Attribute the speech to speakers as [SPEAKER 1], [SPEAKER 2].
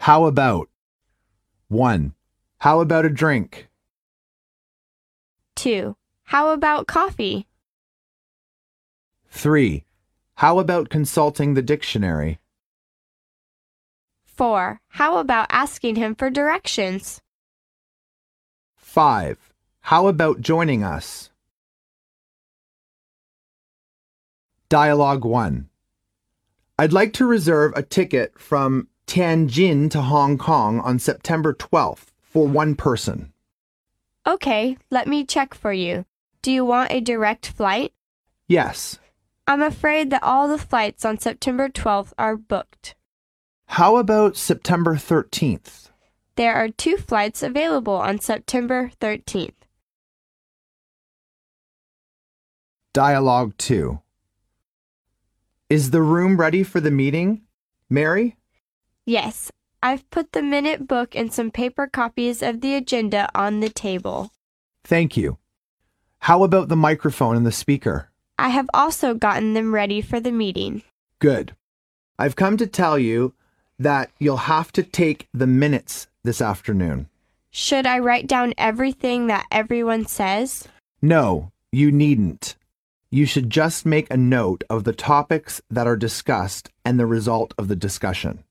[SPEAKER 1] How about? 1. How about a drink?
[SPEAKER 2] 2. How about coffee?
[SPEAKER 1] 3. How about consulting the dictionary?
[SPEAKER 2] 4. How about asking him for directions?
[SPEAKER 1] 5. How about joining us? Dialogue 1. I'd like to reserve a ticket from Tianjin to Hong Kong on September 12th for one person.
[SPEAKER 2] Okay, let me check for you. Do you want a direct flight?
[SPEAKER 1] Yes.
[SPEAKER 2] I'm afraid that all the flights on September 12th are booked.
[SPEAKER 1] How about September 13th?
[SPEAKER 2] There are two flights available on September 13th.
[SPEAKER 1] Dialogue 2. Is the room ready for the meeting? Mary?
[SPEAKER 2] Yes, I've put the minute book and some paper copies of the agenda on the table.
[SPEAKER 1] Thank you. How about the microphone and the speaker?
[SPEAKER 2] I have also gotten them ready for the meeting.
[SPEAKER 1] Good. I've come to tell you that you'll have to take the minutes this afternoon.
[SPEAKER 2] Should I write down everything that everyone says?
[SPEAKER 1] No, you needn't. You should just make a note of the topics that are discussed and the result of the discussion.